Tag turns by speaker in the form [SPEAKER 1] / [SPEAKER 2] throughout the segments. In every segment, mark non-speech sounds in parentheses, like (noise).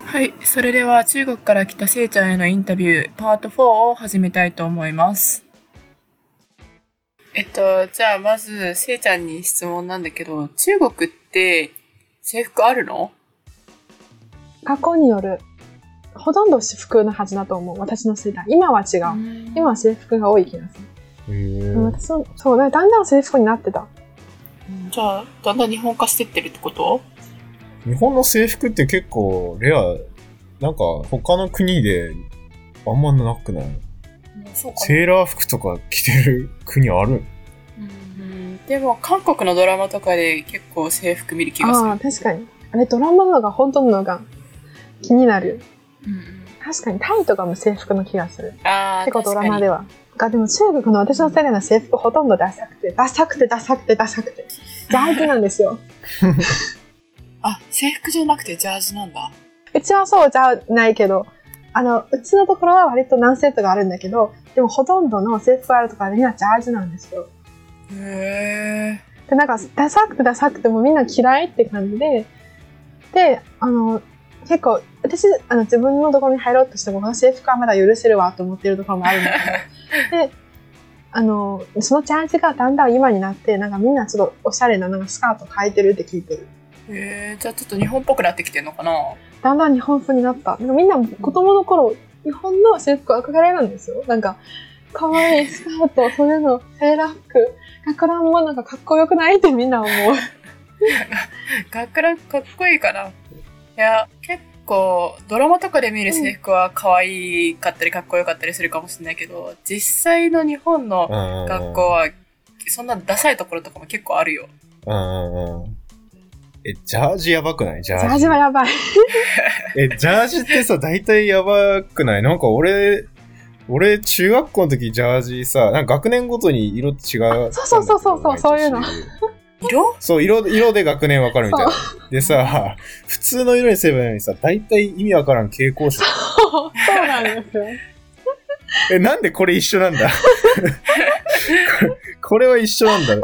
[SPEAKER 1] はい。それでは中国から来たせいちゃんへのインタビュー、パート4を始めたいと思います。えっと、じゃあまず、せいちゃんに質問なんだけど、中国って制服あるの
[SPEAKER 2] 学校による。ほとんど私服のはずだと思う。私の世代。今は違う。今は制服が多い気がする。私のそうだ、ね、だんだん制服になってた。
[SPEAKER 1] じゃあ、だんだん日本化してってるってこと
[SPEAKER 3] 日本の制服って結構レア、なんか他の国であんまなくない、ね、セーラー服とか着てる国ある
[SPEAKER 1] うんでも韓国のドラマとかで結構制服見る気がする。
[SPEAKER 2] ああ、確かに。あれドラマのが本当のが気になる。うん、確かにタイとかも制服の気がする。
[SPEAKER 1] あ
[SPEAKER 2] 結構ドラマでは。がでも中国の私の世代の制服ほとんどダサくて、ダサくてダサくてダサくて、ジャージなんですよ。
[SPEAKER 1] あ、制服じゃなくてジャージなんだ。
[SPEAKER 2] うちはそうじゃないけど、あの、うちのところは割と何セットがあるんだけど、でもほとんどの制服あるとかみんなジャージなんですよ。
[SPEAKER 1] へ
[SPEAKER 2] え。で、なんか、ダサくてダサくてもみんな嫌いって感じで、で、あの、結構、私、あの、自分のところに入ろうとしても、この制服はまだ許せるわと思ってるところもあるんだけど、で、あの、そのジャージがだんだん今になって、なんかみんなちょっとおしゃれな、なんかスカート履いてるって聞いてる。
[SPEAKER 1] えー、じゃあちょっと日本っぽくなってきてるのかな
[SPEAKER 2] だんだん日本風になったなんかみんな子供の頃、日本の制服憧れなんですよなんか可愛いスカートそれのセーラー服学ランもなんかかっこよくないってみんな思う
[SPEAKER 1] 学ランかっこいいかないや結構ドラマとかで見る制服は可愛かったりかっこよかったりするかもしれないけど実際の日本の学校はそんなダサいところとかも結構あるよ
[SPEAKER 3] うんうんうんえ、ジャージやばくないジャージ。
[SPEAKER 2] ジャージはやばい。
[SPEAKER 3] え、ジャージってさ、大体やばくないなんか俺、俺、中学校の時ジャージさ、なんか学年ごとに色違う。そう
[SPEAKER 2] そうそうそうそう、そういうの。
[SPEAKER 1] 色
[SPEAKER 3] そう、色、色で学年わかるみたいな。でさ、普通の色にすればいいのにさ、大体意味わからん蛍光色。
[SPEAKER 2] そう、そうなんですよ。
[SPEAKER 3] え、なんでこれ一緒なんだ (laughs) これは一緒なんだ。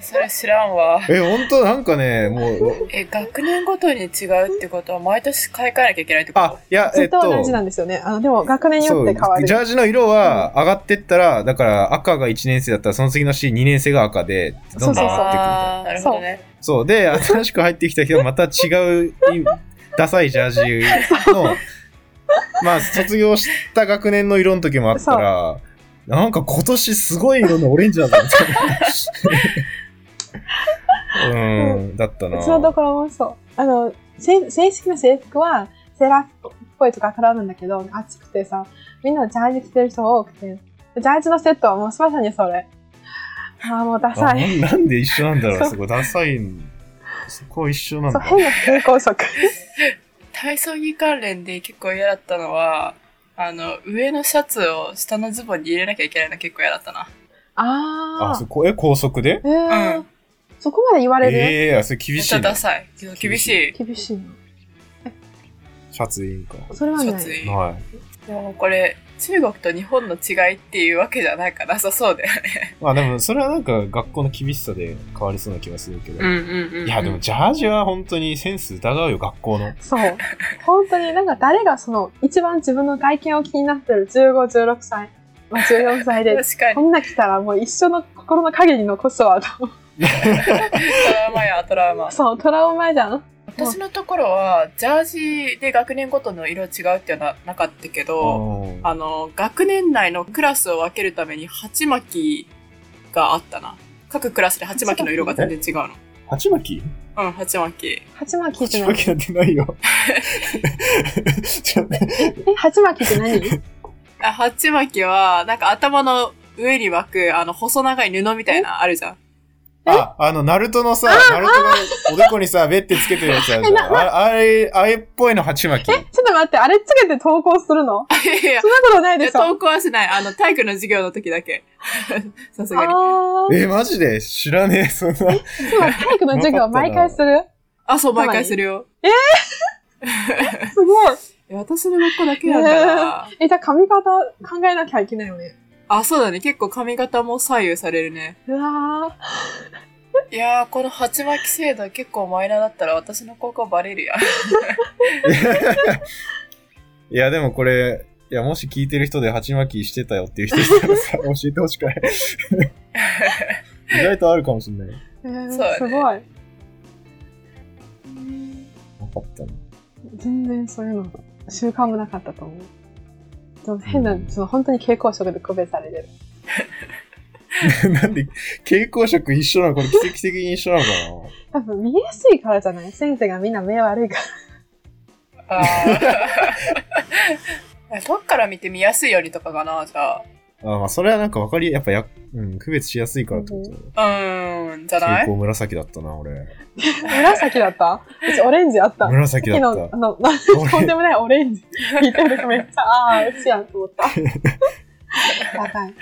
[SPEAKER 1] それ知らんわ。
[SPEAKER 3] え、本当なんかね、もう。
[SPEAKER 1] え、学年ごとに違うってことは、毎年買い替えなきゃいけないってこと
[SPEAKER 3] あ、いや、
[SPEAKER 2] えっと。同じなんですよね。あの、でも、学年によって変わる。
[SPEAKER 3] ジャージの色は上がってったら、だから赤が1年生だったら、その次のし2年生が赤で、どんどん上が
[SPEAKER 1] ってくるみたいな。なるほどね。
[SPEAKER 3] そ
[SPEAKER 2] (laughs)
[SPEAKER 3] う。で、新しく入ってきたけど、また違う、ダサいジャージの、まあ、卒業した学年の色の時もあったら、なんか今年すごい色のオレンジなんだみたいな。
[SPEAKER 2] (laughs)
[SPEAKER 3] うん、だったな。
[SPEAKER 2] うちのところもそう。あの、正式な制服は、セーラーっぽいとかからなんだけど、暑くてさ、みんなジャージ着てる人が多くて、ジャージのセットはもうまさにそれ。ああ、もうダサい。
[SPEAKER 3] なんで一緒なんだろう、そこ、ダサい。そこ一緒なんだ。
[SPEAKER 2] 変な蛍光色。
[SPEAKER 1] 体操着関連で結構嫌だったのは、あの、上のシャツを下のズボンに入れなきゃいけないの結構嫌だったな。
[SPEAKER 2] あ
[SPEAKER 3] あ。あ、そこ、え、高速で
[SPEAKER 2] えー、うん。そこまで言われる
[SPEAKER 3] ええー、それ厳しい、ね。
[SPEAKER 1] ダサい。厳しい。
[SPEAKER 2] 厳しい
[SPEAKER 3] シャツインか。
[SPEAKER 2] それは
[SPEAKER 1] シャツイン。。
[SPEAKER 3] はい
[SPEAKER 1] でもこれ、中国と日本の違いっていうわけじゃないかなさそうだよね。
[SPEAKER 3] まあでも、それはなんか学校の厳しさで変わりそうな気がするけど。
[SPEAKER 1] うんうんうん、うん、
[SPEAKER 3] いや、でもジャージは本当にセンス疑うよ、学校の。
[SPEAKER 2] そう。本当になんか誰がその、一番自分の体験を気になってる15、16歳。まあ、14
[SPEAKER 1] (laughs)
[SPEAKER 2] 歳で、こんな来たらもう一生の心の影に残すわと。
[SPEAKER 1] トラウマやトラウマ
[SPEAKER 2] そうトラウマじゃん
[SPEAKER 1] 私のところはジャージで学年ごとの色違うっていうのはなかったけどあの学年内のクラスを分けるために鉢巻きがあったな各クラスで鉢巻きの色が全然違うの
[SPEAKER 3] 鉢巻き
[SPEAKER 1] うん鉢巻き
[SPEAKER 2] 鉢巻き
[SPEAKER 3] って何鉢巻きなんてないよ (laughs)
[SPEAKER 2] え鉢巻きって何
[SPEAKER 1] あ鉢巻きはなんか頭の上に巻くあの細長い布みたいなあるじゃん (laughs)
[SPEAKER 3] あ、あの、ナルトのさ、ナルトがおでこにさ、ベッてつけてるやつあ (laughs) るじゃん。ああれ、あれっぽいの鉢巻き。
[SPEAKER 2] え、ちょっと待って、あれつけて投稿するの
[SPEAKER 1] いやいや。
[SPEAKER 2] そんなことないでしょ。
[SPEAKER 1] 投稿はしない。あの、体育の授業の時だけ。 (laughs) さすがに。
[SPEAKER 3] え、マジで知らねえ、そんな。 (laughs) 今、
[SPEAKER 2] 体育の授業毎
[SPEAKER 1] (laughs)
[SPEAKER 2] 回する
[SPEAKER 1] あ、そう、毎回するよ。
[SPEAKER 2] えー、すごい。
[SPEAKER 1] 私の学校だけなんだ (laughs) な。
[SPEAKER 2] えー、じゃあ髪型考えなきゃいけないよね。
[SPEAKER 1] あ、そうだね。結構髪型も左右されるね。
[SPEAKER 2] うわ
[SPEAKER 1] いやー、この鉢巻き制度結構マイナーだったら私の高校バレる (laughs) やん。
[SPEAKER 3] いや、でもこれ、いや、もし聞いてる人で鉢巻きしてたよっていう人いたらさ、教えてほしく (laughs) ない。意外とあるかもしれない。
[SPEAKER 2] えー
[SPEAKER 1] そうだね
[SPEAKER 2] すごい。
[SPEAKER 3] なかったね。
[SPEAKER 2] 全然そういうの、習慣もなかったと思う。でも変な、その本当に蛍光色で区別されてる。
[SPEAKER 3] (laughs) なんで、蛍光色一緒なのこれ奇跡的に一緒なのか
[SPEAKER 2] 多分見えやすいからじゃない先生がみんな目悪いから。
[SPEAKER 1] あ (laughs) ーどっから見て見やすいようにとかかな、じゃ
[SPEAKER 3] なあまあ、それはなんかわかり、やっぱや、うん、区別しやすいからってことだよ。
[SPEAKER 1] あ。うーん、じゃな
[SPEAKER 3] 蛍
[SPEAKER 1] い
[SPEAKER 3] 光紫だったな、俺。
[SPEAKER 2] (laughs) 紫だったうちオレンジあった。
[SPEAKER 3] 紫だ
[SPEAKER 2] の
[SPEAKER 3] っ
[SPEAKER 2] あ
[SPEAKER 3] た。
[SPEAKER 2] の、 (laughs) なんとんでもないオレンジ。聞いてる時めっち
[SPEAKER 3] (laughs)
[SPEAKER 2] ゃ、ああ、うちやんと思った。高い。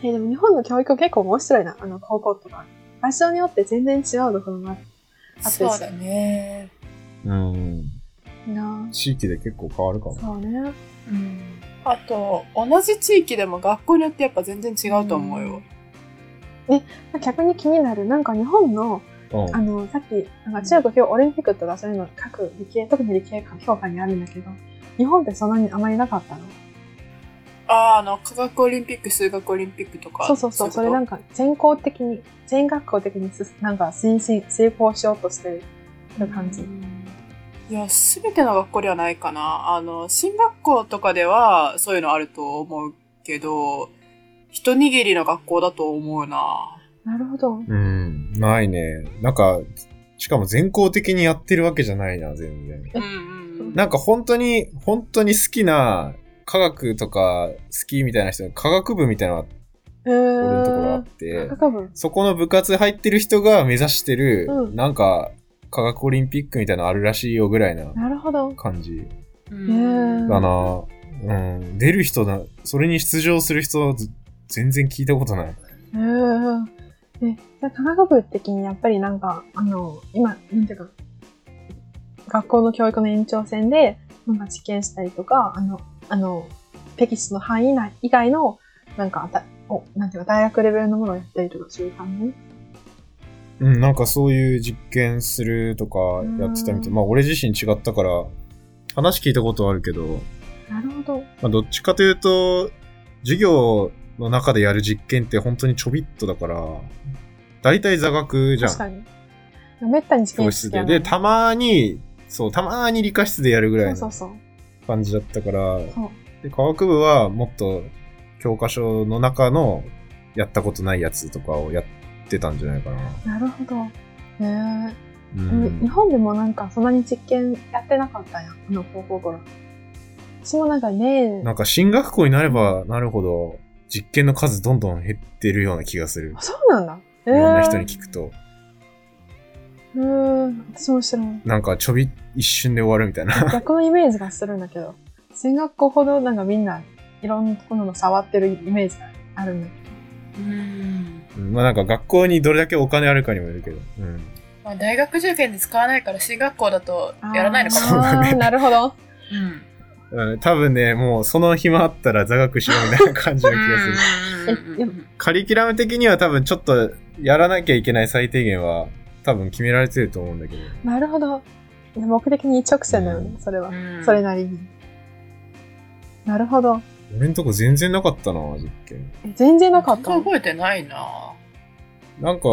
[SPEAKER 2] えーでも日本の教育結構面白いな、あの、高校とか。場所によって全然違うところがあってあったり
[SPEAKER 1] そうだね。
[SPEAKER 3] うん。
[SPEAKER 2] いいな
[SPEAKER 3] 地域で結構変わるかも。
[SPEAKER 2] そうね。
[SPEAKER 1] うん。あと、同じ地域でも学校によってやっぱ全然違うと思うよ。
[SPEAKER 2] 逆に気になる、なんか日本の、
[SPEAKER 3] うん
[SPEAKER 2] あ。の、さっき、なんか中国今日オリンピックとかそういうの各理系、特に理系教科にあるんだけど、日本ってそんなにあまりなかったの
[SPEAKER 1] あーあの、科学オリンピック、数学オリンピックとか。
[SPEAKER 2] そうそうそう、それなんんか全校的に、全学校的にすなんか推進、成功しようとしてる感じ。
[SPEAKER 1] いや、すべての学校ではないかな。あの、進学校とかではそういうのあると思うけど、一握りの学校だと思うな。
[SPEAKER 2] なるほど。
[SPEAKER 3] うん。ないね。なんか、しかも全校的にやってるわけじゃないな、全然。
[SPEAKER 1] うんうん
[SPEAKER 3] なんか本当に、本当に好きな、科学とか好きみたいな人の科学部みたいなのが
[SPEAKER 2] えー
[SPEAKER 3] 俺のところあって
[SPEAKER 2] 科、学部。
[SPEAKER 3] そこの部活入ってる人が目指してる、
[SPEAKER 2] うん
[SPEAKER 3] なんか、科学オリンピックみたいなのあるらしいよぐらいな
[SPEAKER 2] なるほど。
[SPEAKER 3] 感じ
[SPEAKER 1] うん。
[SPEAKER 2] ねえ
[SPEAKER 3] だな。うん。出る人だ、それに出場する人はず全然聞いたことない。
[SPEAKER 2] えー、え、じゃあ科学部的にやっぱりなんか、あの、今、なんていうか、学校の教育の延長線で、なんか知見したりとか、あの、あの、テキストの範囲内以外の、なんか、たおなんていうか、大学レベルのものをやったりとかする感じ
[SPEAKER 3] うん、なんかそういう実験するとかやってたみた
[SPEAKER 2] う
[SPEAKER 3] い。
[SPEAKER 2] ん
[SPEAKER 3] まあ俺自身違ったから、話聞いたことはあるけど、
[SPEAKER 2] なるほど。
[SPEAKER 3] まあどっちかというと、授業の中でやる実験って本当にちょびっとだから、大体座学じゃん
[SPEAKER 2] 確。かに。めったに試験
[SPEAKER 3] 教
[SPEAKER 2] 室
[SPEAKER 3] 室
[SPEAKER 2] やらない
[SPEAKER 3] で。で、たまに、そう、たまに理科室でやるぐらい
[SPEAKER 2] そう
[SPEAKER 3] の
[SPEAKER 2] そう
[SPEAKER 3] 感じだったから、
[SPEAKER 2] そう。そう
[SPEAKER 3] で、科学部はもっと教科書の中のやったことないやつとかをやってたんじゃないかな。
[SPEAKER 2] なるほど。へえ
[SPEAKER 3] う
[SPEAKER 2] 日
[SPEAKER 3] ん。
[SPEAKER 2] 本でもなんかそんなに実験やってなかったんやあの高校頃私もなんかね
[SPEAKER 3] なんか進学校になればなるほど、実験の数どんどん減ってるような気がする
[SPEAKER 2] あ。そうなんだ
[SPEAKER 3] い
[SPEAKER 2] い
[SPEAKER 3] ろんな人に聞くと、
[SPEAKER 2] うーん私も知らん
[SPEAKER 3] なんかちょび一瞬で終わるみたいな。 (laughs)
[SPEAKER 2] 逆のイメージがするんだけど (laughs) 進学校ほどなんかみんないろんなところの触ってるイメージがあるんだけ
[SPEAKER 1] うん
[SPEAKER 3] うんまあなんか学校にどれだけお金あるかにもよるけど。うん。
[SPEAKER 1] まあ、大学受験で使わないから、進学校だと
[SPEAKER 2] ど
[SPEAKER 1] やらないのか
[SPEAKER 3] そ
[SPEAKER 1] な。
[SPEAKER 3] うだね
[SPEAKER 2] あーなるほど
[SPEAKER 1] うん。
[SPEAKER 3] うん多分ね、もうその暇あったら座学しろみたいな感じな気がする。
[SPEAKER 1] うんうんうんうん
[SPEAKER 3] カリキュラム的には多分ちょっとやらなきゃいけない最低限は多分決められてると思うんだけど。
[SPEAKER 2] なるほど目的に一直線だよね
[SPEAKER 3] う
[SPEAKER 2] それは
[SPEAKER 1] うん
[SPEAKER 2] それなりになるほど
[SPEAKER 3] 俺んとこ全然なかったな、実験。
[SPEAKER 2] 全然なかった
[SPEAKER 1] (laughs) 本当覚えてないな。
[SPEAKER 3] なんか、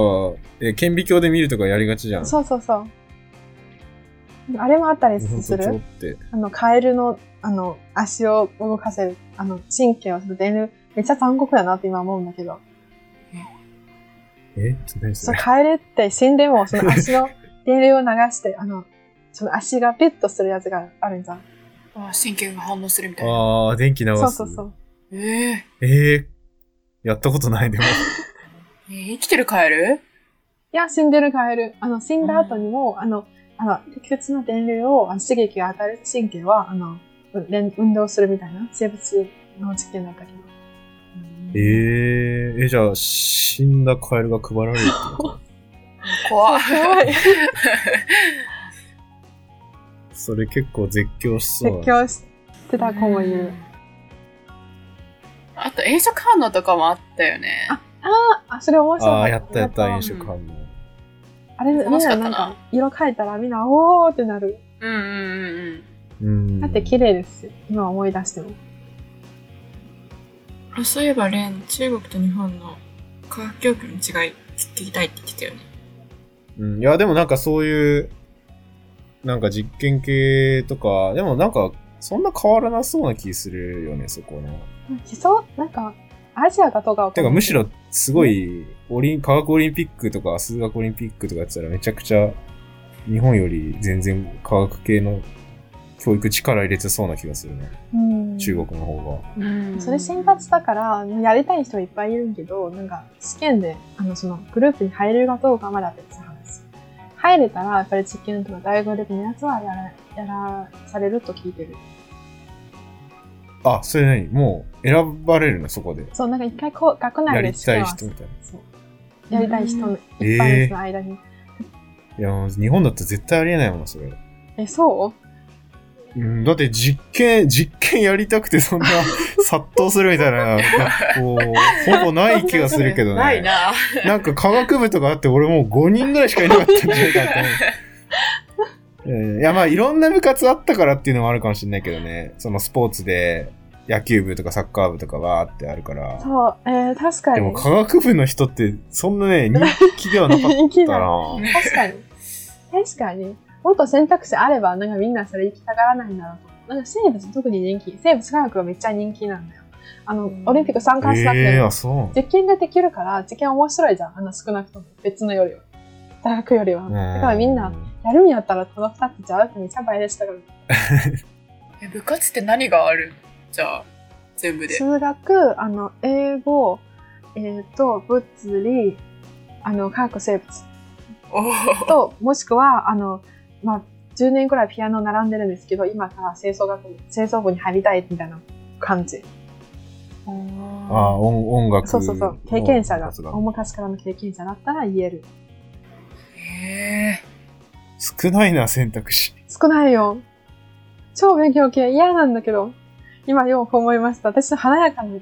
[SPEAKER 3] え、顕微鏡で見るとかやりがちじゃん。
[SPEAKER 2] そうそうそう。あれもあったり
[SPEAKER 3] 日本
[SPEAKER 2] す
[SPEAKER 3] とちょ
[SPEAKER 2] る
[SPEAKER 3] って。
[SPEAKER 2] あの、カエルの、あの、足を動かせる、あの、神経を伝える、めっちゃ残酷だなって今思うんだけど。
[SPEAKER 3] え何そ
[SPEAKER 2] そう、
[SPEAKER 3] れ
[SPEAKER 2] カエルって死んでも、その足の電流を流して、あの、その足がピュッとするやつがあるんじゃん。
[SPEAKER 1] あ神経が反応するみたいな。
[SPEAKER 3] あー、電気流す。
[SPEAKER 2] そうそうそう。
[SPEAKER 1] ええ
[SPEAKER 3] えー、やったことな
[SPEAKER 2] (laughs)
[SPEAKER 3] いでも。
[SPEAKER 1] えー生きてるカエル
[SPEAKER 2] いや、死んでるカエル。あの、死んだ後にも、あの、あの、適切な電流を、あの刺激が与える神経は、あの、う連運動するみたいな、生物の実験だったけど。
[SPEAKER 3] えー、え、じゃあ、死んだカエルが配られるって
[SPEAKER 2] (laughs)
[SPEAKER 3] こと
[SPEAKER 1] 怖い。
[SPEAKER 2] 怖い。
[SPEAKER 3] それ結構絶叫しそう
[SPEAKER 2] 説
[SPEAKER 3] な。
[SPEAKER 2] 教してた子もいる。
[SPEAKER 1] あと、炎色反応とかもあったよね。
[SPEAKER 2] あ、あ、それ面白い。
[SPEAKER 3] ああ、やったやった、
[SPEAKER 2] あ
[SPEAKER 3] 飲食反応。
[SPEAKER 2] れ、みん
[SPEAKER 1] 楽しか
[SPEAKER 2] な
[SPEAKER 1] った
[SPEAKER 2] な
[SPEAKER 1] なん
[SPEAKER 2] か、色変えたらみんな、おーってなる。
[SPEAKER 1] うんうんうんうん。
[SPEAKER 3] うん。
[SPEAKER 2] だって綺麗ですよ。今思い出しても。
[SPEAKER 1] あそういえばレン中国と日本の科学教育の違い聞きたいって言ってたよね
[SPEAKER 3] うん、いや、でもなんかそういう、なんか実験系とか、でもなんか、そんな変わらなそうな気するよね、そこの。
[SPEAKER 2] 思想なんか、アジアかとかわ
[SPEAKER 3] て
[SPEAKER 2] んな
[SPEAKER 3] か、
[SPEAKER 2] い
[SPEAKER 3] むしろ、すごい、オリン、科学オリンピックとか、数学オリンピックとかやってたら、めちゃくちゃ、日本より全然科学系の教育力入れてそうな気がするね。
[SPEAKER 2] うん
[SPEAKER 3] 中国の方が。
[SPEAKER 1] うん
[SPEAKER 2] それ選抜だから、やりたい人いっぱいいるけど、なんか、試験で、あの、その、グループに入れるかどうかはまだ別の話。入れたら、やっぱり実験とか大学でのやつはやら、やらされると聞いてる。
[SPEAKER 3] あ、それ何もう、選ばれるの、そこで。
[SPEAKER 2] そう、なんか一回こう、学内
[SPEAKER 3] や
[SPEAKER 2] で
[SPEAKER 3] り
[SPEAKER 2] 試
[SPEAKER 3] た
[SPEAKER 2] 験
[SPEAKER 3] い
[SPEAKER 2] は
[SPEAKER 3] 人みたいな。
[SPEAKER 2] そう。やりたい人の、
[SPEAKER 3] うん
[SPEAKER 2] 一般人の間に。
[SPEAKER 3] いや、もう日本だったら絶対ありえないもん、それ。
[SPEAKER 2] え、そう
[SPEAKER 3] うん、だって実験、実験やりたくてそ
[SPEAKER 2] (laughs)
[SPEAKER 3] んな殺到するみたいな、こう、ほぼない気がするけどね。
[SPEAKER 1] ないな
[SPEAKER 3] なんか科学部とかあって俺もう5人ぐらいしかいなかったんじゃないかなと思
[SPEAKER 2] (laughs)
[SPEAKER 3] ううん。いや、まあいろんな部活あったからっていうのもあるかもしれないけどね。そのスポーツで野球部とかサッカー部とかわーってあるから。
[SPEAKER 2] そう、えー、確かに。
[SPEAKER 3] で
[SPEAKER 2] (laughs)
[SPEAKER 3] も科学部の人ってそんなね、人気ではなかっ
[SPEAKER 2] いき
[SPEAKER 3] た
[SPEAKER 2] なり
[SPEAKER 3] な。
[SPEAKER 2] (laughs) 確かに。確かに。もっと選択肢あれば、なんかみんなそれ行きたがらないんだなと思う。なんか生物特に人気。生物科学がめっちゃ人気なんだよ。あの、
[SPEAKER 1] うん
[SPEAKER 2] オリンピック参加しなく
[SPEAKER 3] え
[SPEAKER 2] て
[SPEAKER 3] え
[SPEAKER 2] も、
[SPEAKER 3] あ、そう。
[SPEAKER 2] 実験ができるから、実験面白いじゃん。あの、少なくとも。別のよりは。大学よりは。
[SPEAKER 3] う
[SPEAKER 2] だからみんな、。やるんやったらこの二つじゃうってめっちゃ倍でしたから。
[SPEAKER 1] え部活って何があるじゃあ全部で
[SPEAKER 2] 数学、あの、英語、えっ、と、物理、あの、科学生物。
[SPEAKER 1] おお
[SPEAKER 2] と、もしくは、あの、まあ、10年くらいピアノ並んでるんですけど、今から清掃学部、清掃部に入りたいみたいな感じ。
[SPEAKER 3] ああ、音音楽
[SPEAKER 2] そうそうそう。経験者が
[SPEAKER 3] の部活、
[SPEAKER 2] 大昔からの経験者だったら言える。
[SPEAKER 1] へえ
[SPEAKER 3] 少ないな、選
[SPEAKER 1] (laughs)
[SPEAKER 3] 択肢。
[SPEAKER 2] 少ないよ。超勉強系嫌なんだけど、今よく思いました。私、華やかな青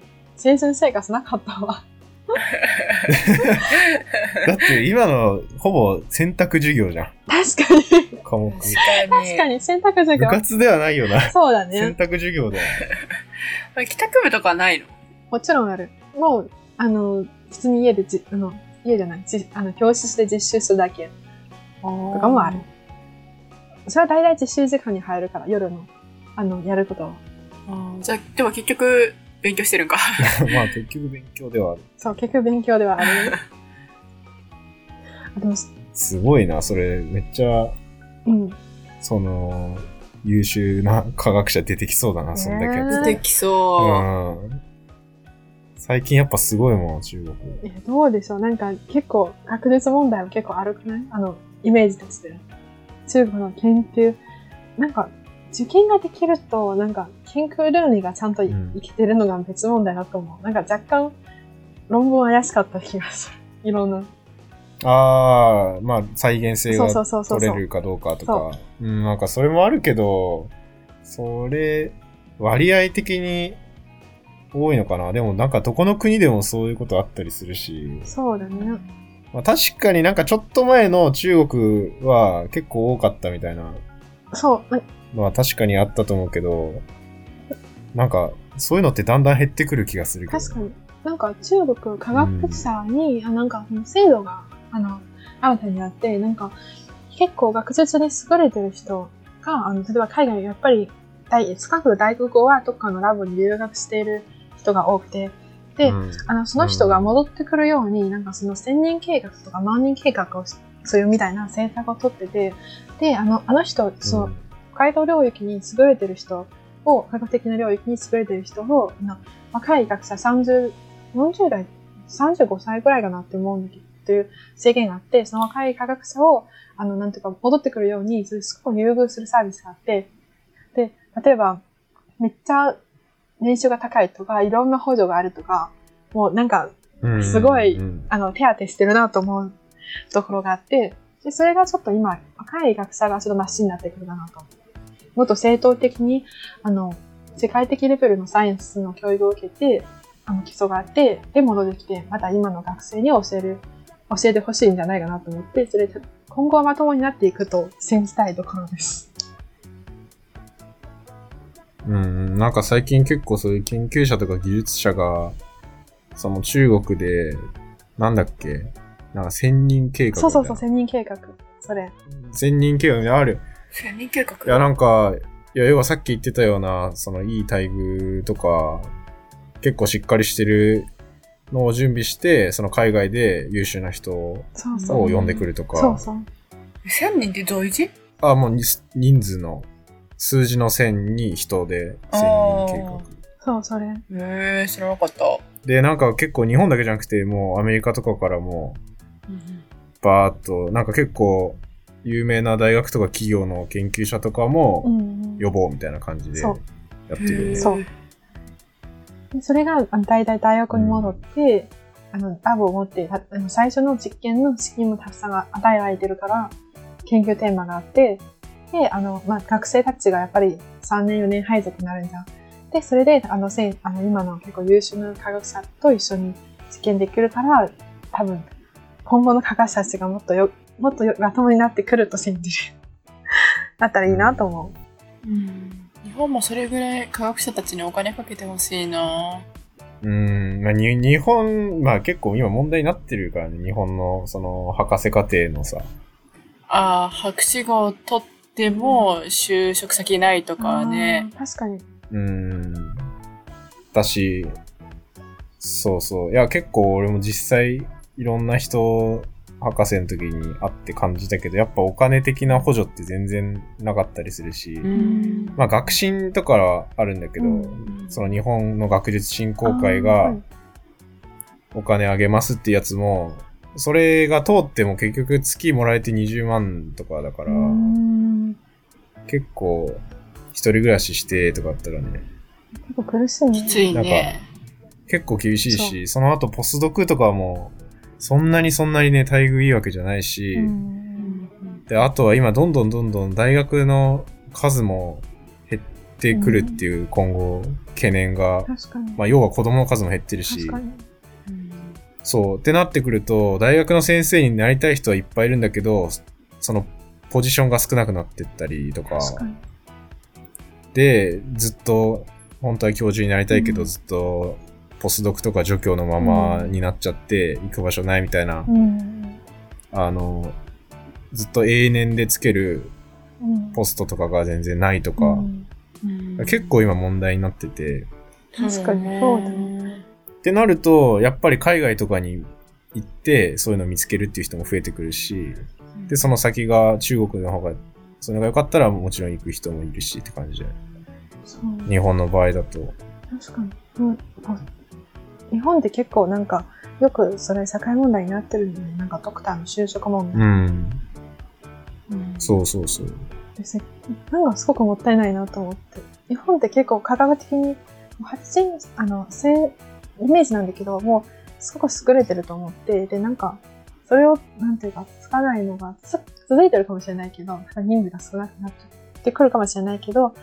[SPEAKER 2] 春生活なかったわ。
[SPEAKER 3] だって今のほぼ選択授業じゃん。
[SPEAKER 2] 確かに。
[SPEAKER 3] 科目。
[SPEAKER 1] 確かに
[SPEAKER 2] 確かに、選択授
[SPEAKER 3] 部
[SPEAKER 2] 業。
[SPEAKER 3] 活ではないよな。
[SPEAKER 2] そうだ
[SPEAKER 3] 選
[SPEAKER 2] ね。
[SPEAKER 3] 択授業で。
[SPEAKER 1] これ帰宅部とかないの
[SPEAKER 2] もちろんある。もう、あの、普通に家でじ、あの、家じゃない、じあの教室で実習するだけ。
[SPEAKER 1] と
[SPEAKER 2] とかもある。それは大体実習時間に入るから、夜の、あの、やることは。
[SPEAKER 1] じゃあでも結局勉強してるんか
[SPEAKER 3] (laughs) まあ結局勉強ではある。
[SPEAKER 2] そう、結局勉強ではある。あでも、
[SPEAKER 3] すごいな、それ。めっちゃ、
[SPEAKER 2] うん。
[SPEAKER 3] その、優秀な科学者出てきそうだな、そんだけやって
[SPEAKER 1] 出
[SPEAKER 3] たら
[SPEAKER 1] てきそう、
[SPEAKER 3] うん。最近やっぱすごいもん、中国。
[SPEAKER 2] え、どうでしょうなんか、結構、学術問題は結構あるくないあの、イメージとして。中国の研究。なんか、受験ができると、なんか、研究ルールがちゃんとい
[SPEAKER 3] うん
[SPEAKER 2] 生きてるのが別問題だと思う。なんか若干、論文怪しかった気がする。いろんな。
[SPEAKER 3] ああ、まあ再現性
[SPEAKER 2] そう
[SPEAKER 3] が
[SPEAKER 2] そうそうそう
[SPEAKER 3] 取
[SPEAKER 2] そ
[SPEAKER 3] れ
[SPEAKER 2] う。
[SPEAKER 3] るかどうかと
[SPEAKER 2] そ
[SPEAKER 3] か。うん、なんかそれもあるけど、それ、割合的に多いのかな。でもなんかどこの国でもそういうことあったりするし。
[SPEAKER 2] そうだね。
[SPEAKER 3] まあ、確かになんかちょっと前の中国は結構多かったみたいな
[SPEAKER 2] そう。なんか
[SPEAKER 3] のは確かにあったと思うけど、なんかそういうのってだんだん減ってくる気がするけど。
[SPEAKER 2] 確かに。なんか中国科学者に、あなんか制度があの新たにあって、なんか結構学術で優れてる人が、あの例えば海外、やっぱり大スカフ大学語はどっかのラボに留学している人が多くて、で
[SPEAKER 3] うん
[SPEAKER 2] あのその人が戻ってくるように、なんかその千人計画とか万人計画をしするみたいな政策を取ってて、で、あのあの人、その、北海道領域に優れてる人を、科学的な領域に優れてる人を、な若い学者30、40代、35歳ぐらいかなって思うんだけど、という制限があって、その若い科学者を、あの、なんていうか、戻ってくるように、そういうすごい優遇するサービスがあって、で、例えば、めっちゃ年収が高いとか、いろんな補助があるとか、もうなんか、
[SPEAKER 3] うん
[SPEAKER 2] すごい
[SPEAKER 3] うん
[SPEAKER 2] あの、手当てしてるなと思うところがあって、で、それがちょっと今、若い学者がちょっとマシになってくるかなと。もっと正当的に、あの、世界的レベルのサイエンスの教育を受けて、あの基礎があって、で、戻ってきて、また今の学生に教える、教えてほしいんじゃないかなと思って、それ、今後はまともになっていくと信じたいところです。
[SPEAKER 3] うん、なんか最近結構そういう研究者とか技術者が、その中国で、なんだっけ、なんか千人計画みたい
[SPEAKER 2] そ
[SPEAKER 3] な。
[SPEAKER 2] うそうそう、千人計画。それ。
[SPEAKER 3] 千人計画ねある。
[SPEAKER 1] 千人計画
[SPEAKER 3] いや、なんか、いや、要はさっき言ってたような、そのいい待遇とか、結構しっかりしてるのを準備して、その海外で優秀な人を
[SPEAKER 2] そうそう。
[SPEAKER 3] 呼んでくるとか。
[SPEAKER 2] そうそう。
[SPEAKER 1] 千人って同時
[SPEAKER 3] あ、もうに人数の、数字の線に人で、千人計画
[SPEAKER 1] あ。
[SPEAKER 2] そう、それ。
[SPEAKER 1] えー、知らなかった。
[SPEAKER 3] で、なんか結構日本だけじゃなくて、もうアメリカとかからも、バーっと、なんか結構、有名な大学とか企業の研究者とか
[SPEAKER 2] う
[SPEAKER 3] も、
[SPEAKER 2] ん、
[SPEAKER 3] 予防みたいな感じでや
[SPEAKER 2] そ
[SPEAKER 3] っ
[SPEAKER 2] う
[SPEAKER 3] てる
[SPEAKER 1] へ
[SPEAKER 3] ね
[SPEAKER 1] ー。
[SPEAKER 2] そう。でそれが、あの大体大学に戻って、あの、ラブを持って、たあの最初の実験の資金もたくさん与えられてるから、研究テーマがあって、で、あの、まあ、学生たちがやっぱり3年4年配属になるんじゃん。で、それで、あの、せんあの今の結構優秀な科学者と一緒に実験できるから、多分、今後の科学者たちがもっとよ、もっとよまともになってくると信じる。 (laughs) だったらいいなと思う。
[SPEAKER 1] うん日本もそれぐらい科学者たちにお金かけてほしいな
[SPEAKER 3] うん、まあ、に日本、まあ結構今問題になってるからね、日本のその博士課程のさ。
[SPEAKER 1] ああ、博士号を取っても就職先ないとかね。
[SPEAKER 2] あー。確かに。
[SPEAKER 3] うん。だし、そうそう。いや、結構俺も実際、いろんな人、博士の時に会って感じたけど、やっぱお金的な補助って全然なかったりするし、
[SPEAKER 1] うん
[SPEAKER 3] まあ学進とかはあるんだけど、
[SPEAKER 2] うん
[SPEAKER 3] その日本の学術振興会が、お金あげますってやつも、それが通っても結局月もらえて20万とかだから、
[SPEAKER 2] うん
[SPEAKER 3] 結構一人暮らししてとかだったらね、
[SPEAKER 2] 結構苦しいね。
[SPEAKER 1] きついね。
[SPEAKER 3] 結構厳しいし、その後ポスドクとかも、そんなにそんなにね、待遇いいわけじゃないし、
[SPEAKER 2] うん
[SPEAKER 3] で、あとは今どんどんどんどん大学の数も減ってくるっていう今後懸念が、
[SPEAKER 2] 確かに。
[SPEAKER 3] まあ要は子供の数も減ってるし
[SPEAKER 2] 確、かに。
[SPEAKER 1] うん
[SPEAKER 3] そう。ってなってくると、大学の先生になりたい人はいっぱいいるんだけど、そのポジションが少なくなってったりとか、
[SPEAKER 2] 確かに。
[SPEAKER 3] で、ずっと、本当は教授になりたいけど、
[SPEAKER 2] うん
[SPEAKER 3] ずっと、ポスドクとか助教のままになっちゃって、行く場所ないみたいな、
[SPEAKER 2] うん。
[SPEAKER 3] あの、ずっと永年でつけるポストとかが全然ないと
[SPEAKER 2] ト
[SPEAKER 3] か、
[SPEAKER 1] うん
[SPEAKER 3] 結構今問題になってて、
[SPEAKER 2] 確かにそうだ
[SPEAKER 1] ね。
[SPEAKER 3] ってなると、やっぱり海外とかに行って、そういうのを見つけるっていう人も増えてくるし、で、その先が中国の方が、それが良かったらもちろん行く人もいるしって感じで。
[SPEAKER 2] そう。
[SPEAKER 3] 日本の場合だと。
[SPEAKER 2] 確かに。うんあ日本って結構なんか、よくそれ社会問題になってるんで、なんかドクターの就職問題。
[SPEAKER 3] うん。
[SPEAKER 1] うん
[SPEAKER 3] そうそうそう。
[SPEAKER 2] でせなんかすごくもったいないなと思って。日本って結構科学的に、発信、あの、せんイメージなんだけど、もう、すごく優れてると思って、で、なんか、それを、なんていうか、つかないのが、つ続いてるかもしれないけど、ただ人数が少なくなってくるかもしれないけど、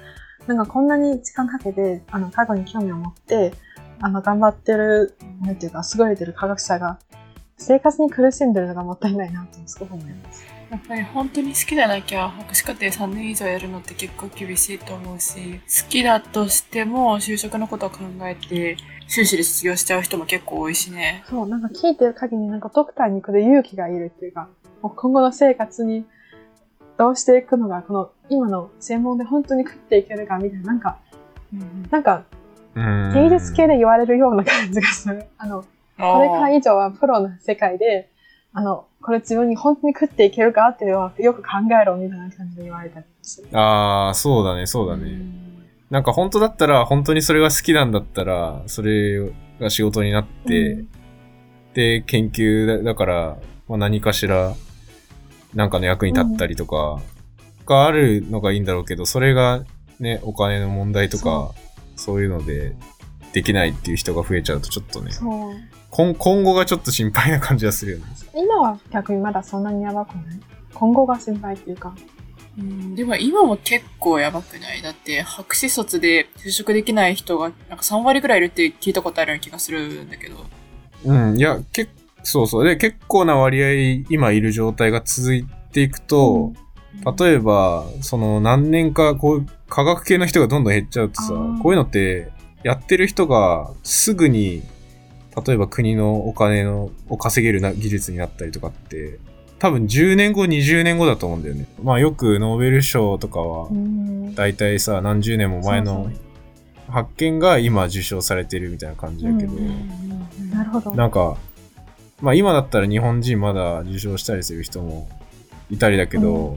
[SPEAKER 2] なんかこんなに時間かけて、あの、科学に興味を持って、あの、頑張ってる、なんていうか、優れてる科学者が、生活に苦しんでるのがもったいないなって、すごく思います。
[SPEAKER 1] やっぱり本当に好きじゃなきゃ博士課程3年以上やるのって結構厳しいと思うし好きだとしても就職のことを考えて修士で卒業しちゃう人も結構多いしね。
[SPEAKER 2] そう、なんか聞いてる限り、なんかドクターに行くで勇気がいるっていうか、もう今後の生活にどうしていくのが、この今の専門で本当に食っていけるかみたいな、なんか、なんか
[SPEAKER 3] うん
[SPEAKER 2] 芸術系で言われるような感じがする。あの、これから以上はプロの世界で、あの、これ自分に本当に食っていけるかっていうのはよく考えろみたいな感じで言われたりする。
[SPEAKER 3] ああ、そうだね、そうだね。なんか本当だったら、本当にそれが好きなんだったら、それが仕事になって、
[SPEAKER 2] うん
[SPEAKER 3] で、研究だだから、まあ、何かしら、なんかの役に立ったりとか、があるのがいいんだろうけど、それがね、お金の問題とか、そういうので、できないっていう人が増えちゃうとちょっとね、
[SPEAKER 2] そう。
[SPEAKER 3] 今今後がちょっと心配な感じがするよね。
[SPEAKER 2] 今は逆にまだそんなにやばくない今後が心配っていうか、
[SPEAKER 1] うん、でも今も結構やばくないだって、博士卒で就職できない人がなんか3割ぐらいいるって聞いたことあるような気がするんだけど。
[SPEAKER 3] うん、いや、けそうそう。で、結構な割合、今いる状態が続いていくと、例えば、その何年か、こう、科学系の人がどんどん減っちゃうとさ
[SPEAKER 2] あー、
[SPEAKER 3] こういうのって、やってる人がすぐに、例えば国のお金のを稼げるな技術になったりとかって、多分10年後、20年後だと思うんだよね。まあよくノーベル賞とかは
[SPEAKER 2] う、ん
[SPEAKER 3] 大体さ、何十年も前の発見が今受賞されてるみたいな感じだけど、
[SPEAKER 2] う
[SPEAKER 1] うんうんうん
[SPEAKER 2] なるほど。
[SPEAKER 3] なんか、まあ今だったら日本人まだ受賞したりする人もいたりだけど、
[SPEAKER 1] うん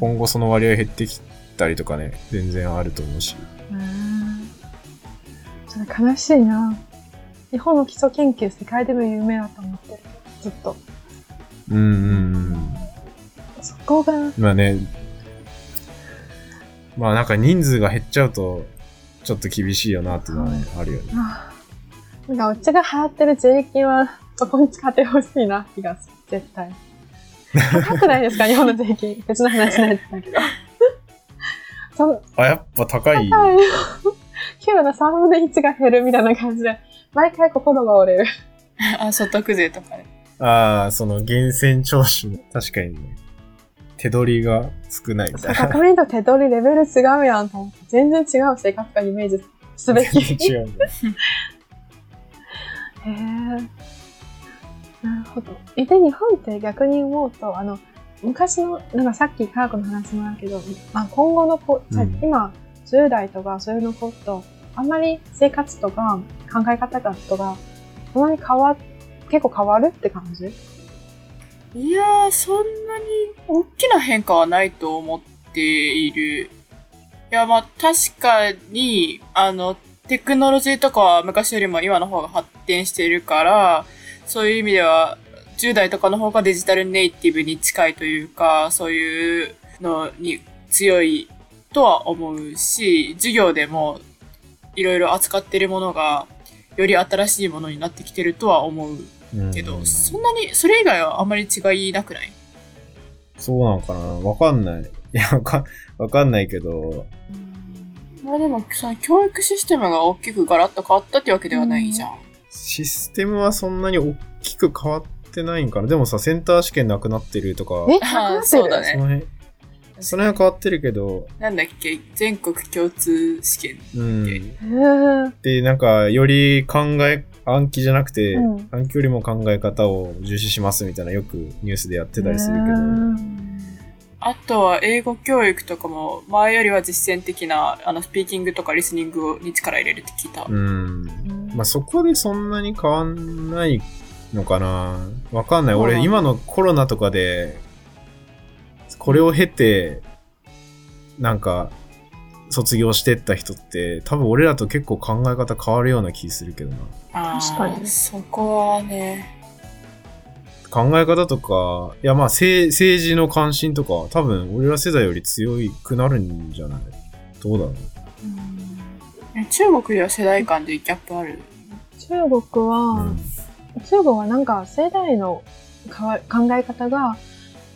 [SPEAKER 3] 今後その割合減ってきたりとかね、全然あると思うし。
[SPEAKER 2] うんそれ悲しいな。日本の基礎研究、世界でも有名だと思ってる。ずっと。
[SPEAKER 3] うんうんうん。
[SPEAKER 2] そこが、
[SPEAKER 3] まあね、まあなんか人数が減っちゃうと、ちょっと厳しいよなっていうのはね、あるよね。
[SPEAKER 2] ああなんかうちが払ってる税金はそこに使ってほしいな気がする。絶対。高くないですか日本の税金。 (laughs) 別の話なんだけど。そん
[SPEAKER 3] あ、やっぱ高い。
[SPEAKER 2] はい。 (laughs) 給料の3分の1が減るみたいな感じで、毎回心が折れ (laughs) る。
[SPEAKER 1] あ、所得税とかね。
[SPEAKER 3] ああ、その源泉徴収。確かにね。手取りが少ないみたいな。
[SPEAKER 2] 国民と手取りレベル違うやんと思って、全然違う生活がイメージすべき。 (laughs)
[SPEAKER 3] 全 (laughs) 然違うんだよ。
[SPEAKER 2] へーなるほど。え、で、日本って逆に思うと、あの、昔の、なんかさっき科学の話もあるけど、まあ、今後のこ、う
[SPEAKER 3] うん
[SPEAKER 2] 今、10代とかそういうの子と、あんまり生活とか考え方とか、そんなに変わ、結構変わるって感じ
[SPEAKER 1] いやー、そんなに大きな変化はないと思っている。いや、まあ確かに、あの、テクノロジーとかは昔よりも今の方が発展しているから、そういう意味では、10代とかの方がデジタルネイティブに近いというか、そういうのに強いとは思うし、授業でもいろいろ扱っているものが、より新しいものになってきてるとは思う
[SPEAKER 3] うん
[SPEAKER 1] けど、そんなに、それ以外はあんまり違いなくない
[SPEAKER 3] そうなのかなわかんない。いや、わかわかんないけど、
[SPEAKER 1] まあでも、その教育システムが大きくガラッと変わったってわけではないじゃん。
[SPEAKER 3] システムはそんなに大きく変わってないんかなでもさ、センター試験なくなってるとか、
[SPEAKER 2] え、なく
[SPEAKER 1] あ
[SPEAKER 2] な
[SPEAKER 1] あ、
[SPEAKER 2] って
[SPEAKER 1] そう
[SPEAKER 2] る
[SPEAKER 1] だ
[SPEAKER 3] そ
[SPEAKER 1] ね。
[SPEAKER 3] の辺、その辺は変わってるけど、
[SPEAKER 1] なんだっけ、全国共通試験。
[SPEAKER 3] うん。
[SPEAKER 2] へー
[SPEAKER 3] で、なんか、より考え、暗記じゃなくて、
[SPEAKER 2] うん
[SPEAKER 3] 暗記よりも考え方を重視しますみたいな、よくニュースでやってたりするけど、
[SPEAKER 2] うん
[SPEAKER 1] あとは英語教育とかも、前よりは実践的な、あの、スピーキングとかリスニングに力入れるって聞いた。
[SPEAKER 3] うん。まあ、そこでそんなに変わんないのかなわかんない。
[SPEAKER 1] そうな
[SPEAKER 3] 俺、
[SPEAKER 1] んだ
[SPEAKER 3] 今のコロナとかで、これを経て、なんか、卒業してった人って、多分俺らと結構考え方変わるような気するけどな。
[SPEAKER 1] あー
[SPEAKER 2] 確かに
[SPEAKER 1] そこはね、
[SPEAKER 3] 考え方とか、いや、まあ、政政治の関心とか、多分俺ら世代より強くなるんじゃないどうだろう
[SPEAKER 1] 中国では世代間でギャップある。
[SPEAKER 2] 中国は、
[SPEAKER 3] うん
[SPEAKER 2] 中国はなんか世代の変わ考え方が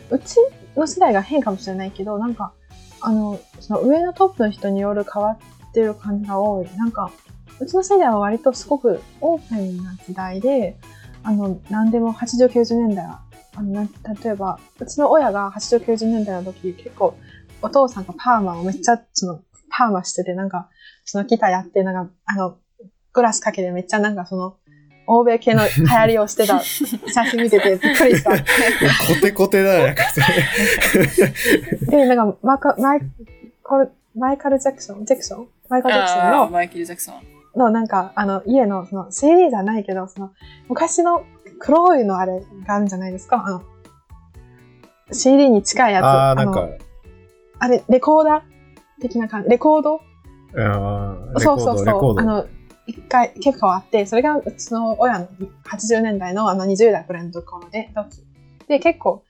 [SPEAKER 2] うちの世代が変かもしれないけどなんかあのその上のトップの人による変わってる感じが多いなんかうちの世代は割とすごくオープンな時代であの何でも8090年代はあのな例えばうちの親が8090年代の時結構お父さんがパーマをめっちゃそのパーマしててなんかそのギターやってなんかあのグラスかけてめっちゃなんかその欧米系の流行りをし
[SPEAKER 1] (laughs)
[SPEAKER 2] てた写真見ててびっくりした。
[SPEAKER 3] コテコテだよ、なんかそれ。
[SPEAKER 2] で、なんかマカ、マイコル、マイカル・ジャクソン、ジャクソンマイカル・ジャクソン
[SPEAKER 1] あー
[SPEAKER 2] の、
[SPEAKER 1] マイケル・ジャクソン。
[SPEAKER 2] のなんか、あの、家の、その、CD じゃないけど、その、昔の黒いのあれがあるんじゃないですかあの、CD に近いやつ。
[SPEAKER 3] ああ、なん
[SPEAKER 2] の
[SPEAKER 3] か、
[SPEAKER 2] あれ、レコーダー的な感じ。レコード
[SPEAKER 3] うんレコ
[SPEAKER 2] そ
[SPEAKER 3] ー
[SPEAKER 2] うそ
[SPEAKER 3] ド、
[SPEAKER 2] う
[SPEAKER 3] レ
[SPEAKER 2] そ
[SPEAKER 3] コー
[SPEAKER 2] う。
[SPEAKER 3] ド
[SPEAKER 2] あ。の、一回結構あって、それがうちの親の80年代のあの20代くらいのところで、時で、結構、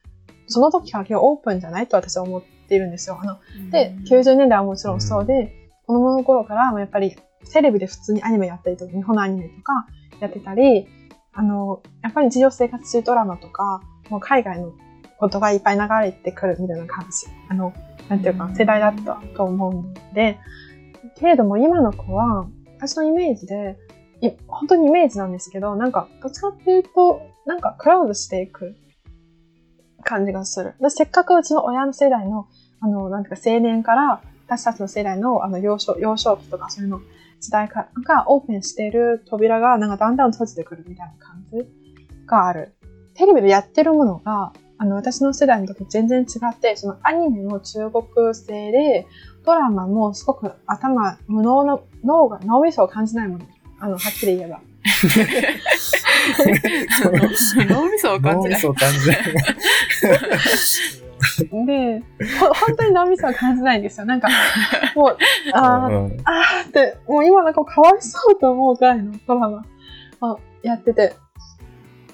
[SPEAKER 2] その時から結構オープンじゃないと私は思っているんですよ。あの、で、90年代はもちろんそうで、子供の頃からもやっぱりテレビで普通にアニメやったりとか、日本のアニメとかやってたり、あの、やっぱり日常生活中ドラマとか、もう海外のことがいっぱい流れてくるみたいな感じ。あの、なんていうか世代だったと思うのでけれども今の子は私のイメージでい本当にイメージなんですけどなんかどっちかっていうとなんかクラウドしていく感じがするでせっかくうちの親の世代のあのなんていうか青年から私たちの世代のあの幼少幼少期とかそういうの時代かがオープンしている扉がなんかだんだん閉じてくるみたいな感じがある。テレビでやってるものが、あの、私の世代の時全然違って、そのアニメも中国製で、ドラマもすごく頭、無能の、脳が、脳みそを感じないもの。あの、はっきり言えば。
[SPEAKER 1] (laughs) 脳みそを感
[SPEAKER 3] 脳
[SPEAKER 1] じ
[SPEAKER 3] み
[SPEAKER 1] ない。
[SPEAKER 3] そを感じない。
[SPEAKER 2] で、ほ本当に脳みそを感じないんですよ。なんか、もう、あー
[SPEAKER 3] うん
[SPEAKER 2] あーって、もう今なんかかわいそうと思うくらいのドラマをやってて、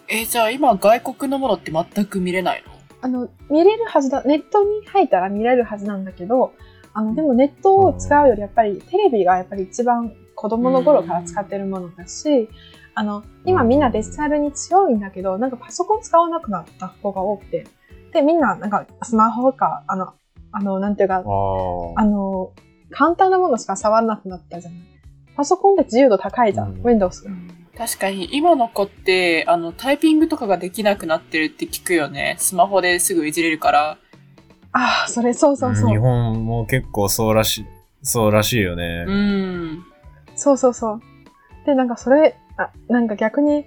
[SPEAKER 1] えじゃあ今外国のものって全く見れないの
[SPEAKER 2] あの、見れるはずだ、ネットに入ったら見れるはずなんだけど、あの、でもネットを使うよりやっぱりテレビがやっぱり一番子供の頃から使ってるものだし、あの、今みんなデジタルに強いんだけど、なんかパソコン使わなくなった子が多くて、で、みんななんかスマホか、あの、あの、なんていうか、
[SPEAKER 3] あ
[SPEAKER 2] あの、簡単なものしか触らなくなったじゃない。パソコンで自由度高いじゃん、
[SPEAKER 3] うん
[SPEAKER 2] Windows が。
[SPEAKER 1] 確かに今の子ってあのタイピングとかができなくなってるって聞くよね。スマホですぐいじれるから。
[SPEAKER 2] ああ、それ、そうそう
[SPEAKER 3] ー
[SPEAKER 2] そ
[SPEAKER 3] 日
[SPEAKER 2] う。
[SPEAKER 3] 本も結構そうらしい、そうらしいよね。
[SPEAKER 1] うん。
[SPEAKER 2] そうそうそう。で、なんかそれ、あなんか逆に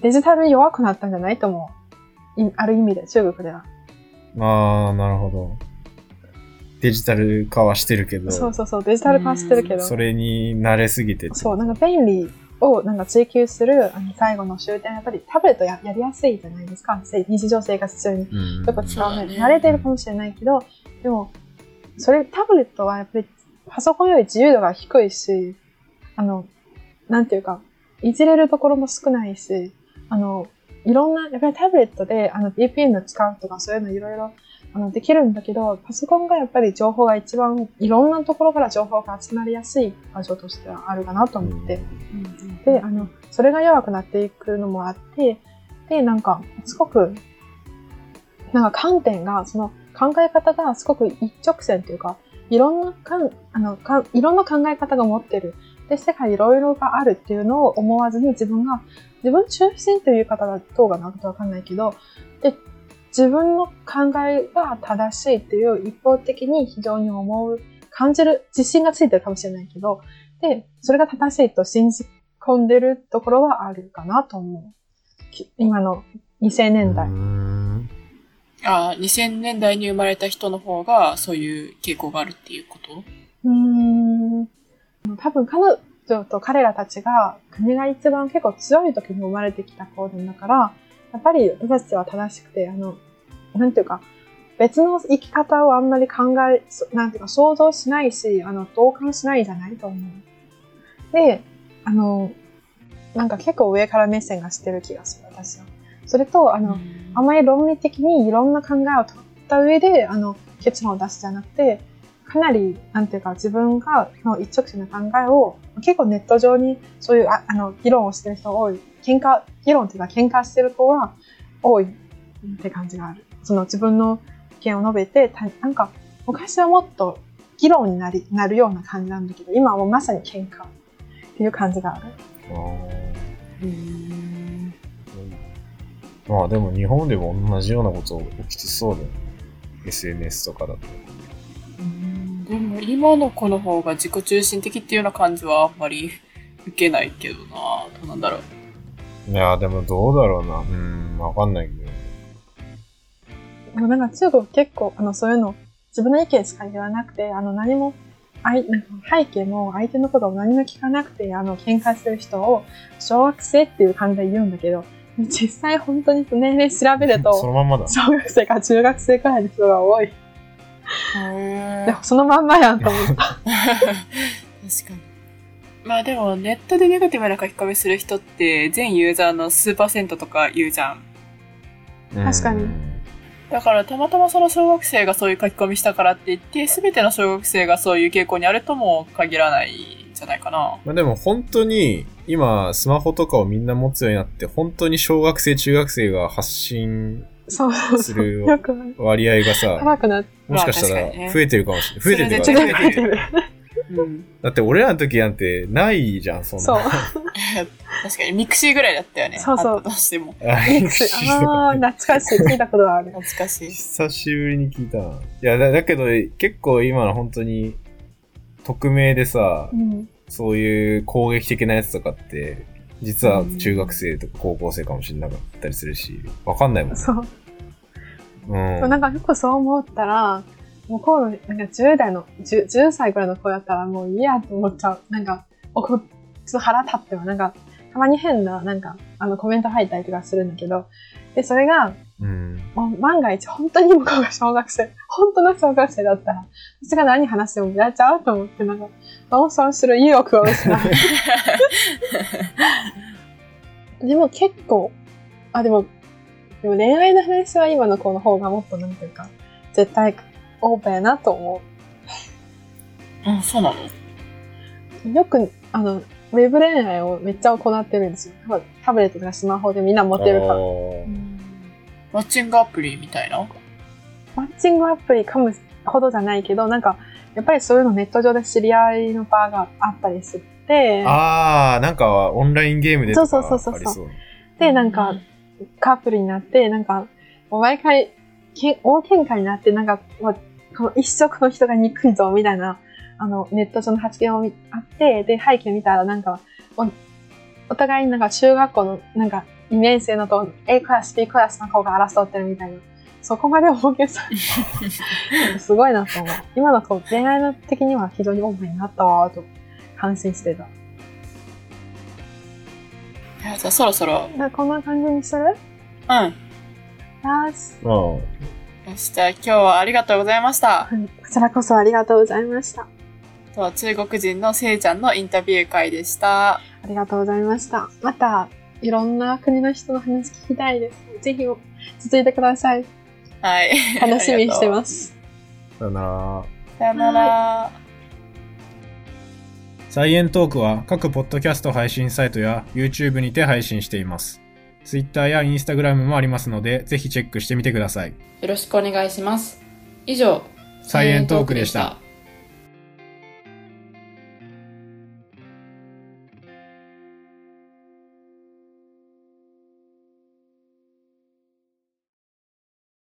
[SPEAKER 2] デジタルに弱くなったんじゃないと思う。いある意味で、中国では。
[SPEAKER 3] ああ、なるほど。デジタル化はしてるけど、
[SPEAKER 2] そうそうそう、デジタル化してるけど。
[SPEAKER 3] それに慣れすぎてて。
[SPEAKER 2] そう、なんか便利をなんか追求するあの最後の終点、やっぱりタブレットややりやすいじゃないですか。せ日常生活中に。
[SPEAKER 3] うん
[SPEAKER 2] とか使うの
[SPEAKER 1] そうだ
[SPEAKER 2] に
[SPEAKER 1] ね
[SPEAKER 2] 慣れてるかもしれないけど、でも、それ、タブレットはやっぱりパソコンより自由度が低いし、あの、なんていうか、いじれるところも少ないし、あの、いろんな、やっぱりタブレットで、あの、VPN を使うとかそういうのいろいろ、あの、できるんだけど、パソコンがやっぱり情報が一番、いろんなところから情報が集まりやすい場所としてはあるかなと思って、で、あの、それが弱くなっていくのもあって、で、なんか、すごく、なんか観点が、その考え方がすごく一直線というか、いろんなかん、あの、かんいろんな考え方が持ってる。で、世界いろいろがあるっていうのを思わずに自分が、自分中心という言い方がどうかなとわかんないけど、で、自分の考えが正しいっていう一方的に非常に思う、感じる、自信がついてるかもしれないけど、で、それが正しいと信じ込んでるところはあるかなと思う。き今の2000年代
[SPEAKER 3] う。ん
[SPEAKER 1] あー2000年代に生まれた人の方がそういう傾向があるっていうこと
[SPEAKER 2] うーん多分彼女と彼らたちが国が一番結構強い時に生まれてきた子なんだからやっぱり私たちは正しくてあのなんていうか別の生き方をあんまり考えそなんていうか想像しないしあの同感しないじゃないと思う。であのなんか結構上から目線がしてる気がする私は。それとあの、あまり論理的にいろんな考えを取った上であの結論を出すじゃなくてかなりなんていうか自分がの一直線の考えを結構ネット上にそういうああの議論をしてる人が多い喧嘩議論っていうか喧嘩してる子は多いって感じがあるその自分の意見を述べてたなんか昔はもっと議論になりなるような感じなんだけど今はもうまさに喧嘩っていう感じがある
[SPEAKER 3] あー
[SPEAKER 1] うん
[SPEAKER 3] まあでも日本でも同じようなこと起きてそうだよね。SNS とかだと。
[SPEAKER 1] でも今の子の方が自己中心的っていうような感じはあんまり受けないけどなどうなんだろう
[SPEAKER 3] いやーでもどうだろうな。うん、わかんないけど。
[SPEAKER 2] でもなんか中国結構あのそういうの自分の意見しか言わなくてあの何もあいなんか背景も相手のことを何も聞かなくてあの喧嘩する人を小学生っていう感じで言うんだけど実際本当に年齢調べる
[SPEAKER 3] そ
[SPEAKER 2] と
[SPEAKER 3] のまんまだ。
[SPEAKER 2] 小学生か中学生くらいの人が
[SPEAKER 3] (laughs)
[SPEAKER 2] 多いで
[SPEAKER 1] へ
[SPEAKER 2] もそのまんまやんと思った
[SPEAKER 1] 確かに。まあでも、ネットでネガティブな書き込みする人って、全ユーザーの数パーセントとか言うじゃん。
[SPEAKER 2] 確かに
[SPEAKER 3] うん
[SPEAKER 1] だから、たまたまその小学生がそういう書き込みしたからって言って、すべての小学生がそういう傾向にあるとも限らないんじゃないかな。
[SPEAKER 3] まあでも本当に今スマホとかをみんな持つようになって本当に小学生中学生が発信
[SPEAKER 2] そう (laughs) そう
[SPEAKER 3] する
[SPEAKER 2] よくない
[SPEAKER 3] 割合がさ、
[SPEAKER 2] 高くなって
[SPEAKER 3] もしかした
[SPEAKER 1] まあ確かに
[SPEAKER 3] ら
[SPEAKER 1] ね
[SPEAKER 3] 増えてるかもしれない。増えてるって
[SPEAKER 1] そ
[SPEAKER 3] か
[SPEAKER 1] れは
[SPEAKER 3] 増
[SPEAKER 1] 絶
[SPEAKER 3] えてる。
[SPEAKER 2] る。
[SPEAKER 1] うん、
[SPEAKER 3] だって俺らの時なんてないじゃん、そんな。 (laughs)
[SPEAKER 2] そう。
[SPEAKER 1] (laughs) 確かにミクシーぐらいだったよね。
[SPEAKER 2] そうそう
[SPEAKER 1] あったとしても。
[SPEAKER 3] あ
[SPEAKER 2] ミックス。 (laughs) ああ、懐かしい。聞いたことはある。
[SPEAKER 1] 懐かしい。
[SPEAKER 3] 久しぶりに聞いたな。いやだ、だけど結構今の本当に匿名でさ
[SPEAKER 2] う、ん。
[SPEAKER 3] そういう攻撃的なやつとかって、実は中学生とか高校生かもしれなかったりするし、わかんないもん。
[SPEAKER 2] そう。
[SPEAKER 3] うん。
[SPEAKER 2] なんかよくそう思ったら、向こうの、なんか10代の10、10歳ぐらいの子やったらもういいやと思っちゃう。なんか、おこちょっと腹立っても、なんか、たまに変な、なんか、あの、コメント入ったりとかするんだけど、で、それが、
[SPEAKER 3] うん。
[SPEAKER 2] もう万が一、本当に向こうが小学生、本当の小学生だったら、私が何話してもやっちゃうと思って、なんか、どうそうする意欲を失
[SPEAKER 3] (laughs)
[SPEAKER 2] う。でも結構、あ、でも、でも恋愛の話は今の子の方がもっとなんていうか、絶対オープンやなと思
[SPEAKER 1] うん、そうなの
[SPEAKER 2] う。よく、あの、ウェブ恋愛をめっちゃ行ってるんですよ。多分タブレットとかスマホでみんな持ってるか
[SPEAKER 3] あ
[SPEAKER 2] ら。
[SPEAKER 3] ー
[SPEAKER 1] マッチングアプリみたいな。
[SPEAKER 2] マッチングアプリかむほどじゃないけど、なんか、やっぱりそういうのネット上で知り合いの場があったりして、
[SPEAKER 3] あー、なんかオンラインゲームでとか
[SPEAKER 2] そうそうそうそう
[SPEAKER 3] ありそう。
[SPEAKER 2] で、なんか、カップルになって、なんか、もう毎回、けん大喧嘩になって、なんか、もうこの一生この人が憎いぞ、みたいな、あの、ネット上の発言を見あって、で、背景見たら、なんか、お、お互いになんか中学校の、なんか、2年生のと A クラス、B クラスの子が争ってるみたいな。そこまで大げ (laughs) さ。すごいなと思う。今の子、恋愛の的には非常にオープンになったわ、と、反省してた。
[SPEAKER 1] いやじゃあそろそろ、
[SPEAKER 2] なこんな感じにするよ
[SPEAKER 1] うん。
[SPEAKER 2] し。
[SPEAKER 3] うん。
[SPEAKER 1] よし、じゃあ今日はありがとうございました。
[SPEAKER 2] はいこちらこそありがとうございました。
[SPEAKER 1] とは中国人のせいちゃんのインタビュー会でした。
[SPEAKER 2] ありがとうございました。また、いろんな国の人の話聞きたいです。ぜひ、続いてください。
[SPEAKER 1] はい。
[SPEAKER 2] (laughs) 楽しみにして
[SPEAKER 1] す。
[SPEAKER 2] ます。
[SPEAKER 3] さよなら。
[SPEAKER 1] さよなら。
[SPEAKER 3] サイエントークは各ポッドキャスト配信サイトや YouTube にて配信しています。Twitter や Instagram もありますので、ぜひチェックしてみてください。
[SPEAKER 4] よろしくお願いします。以上、
[SPEAKER 3] サイエントークでした。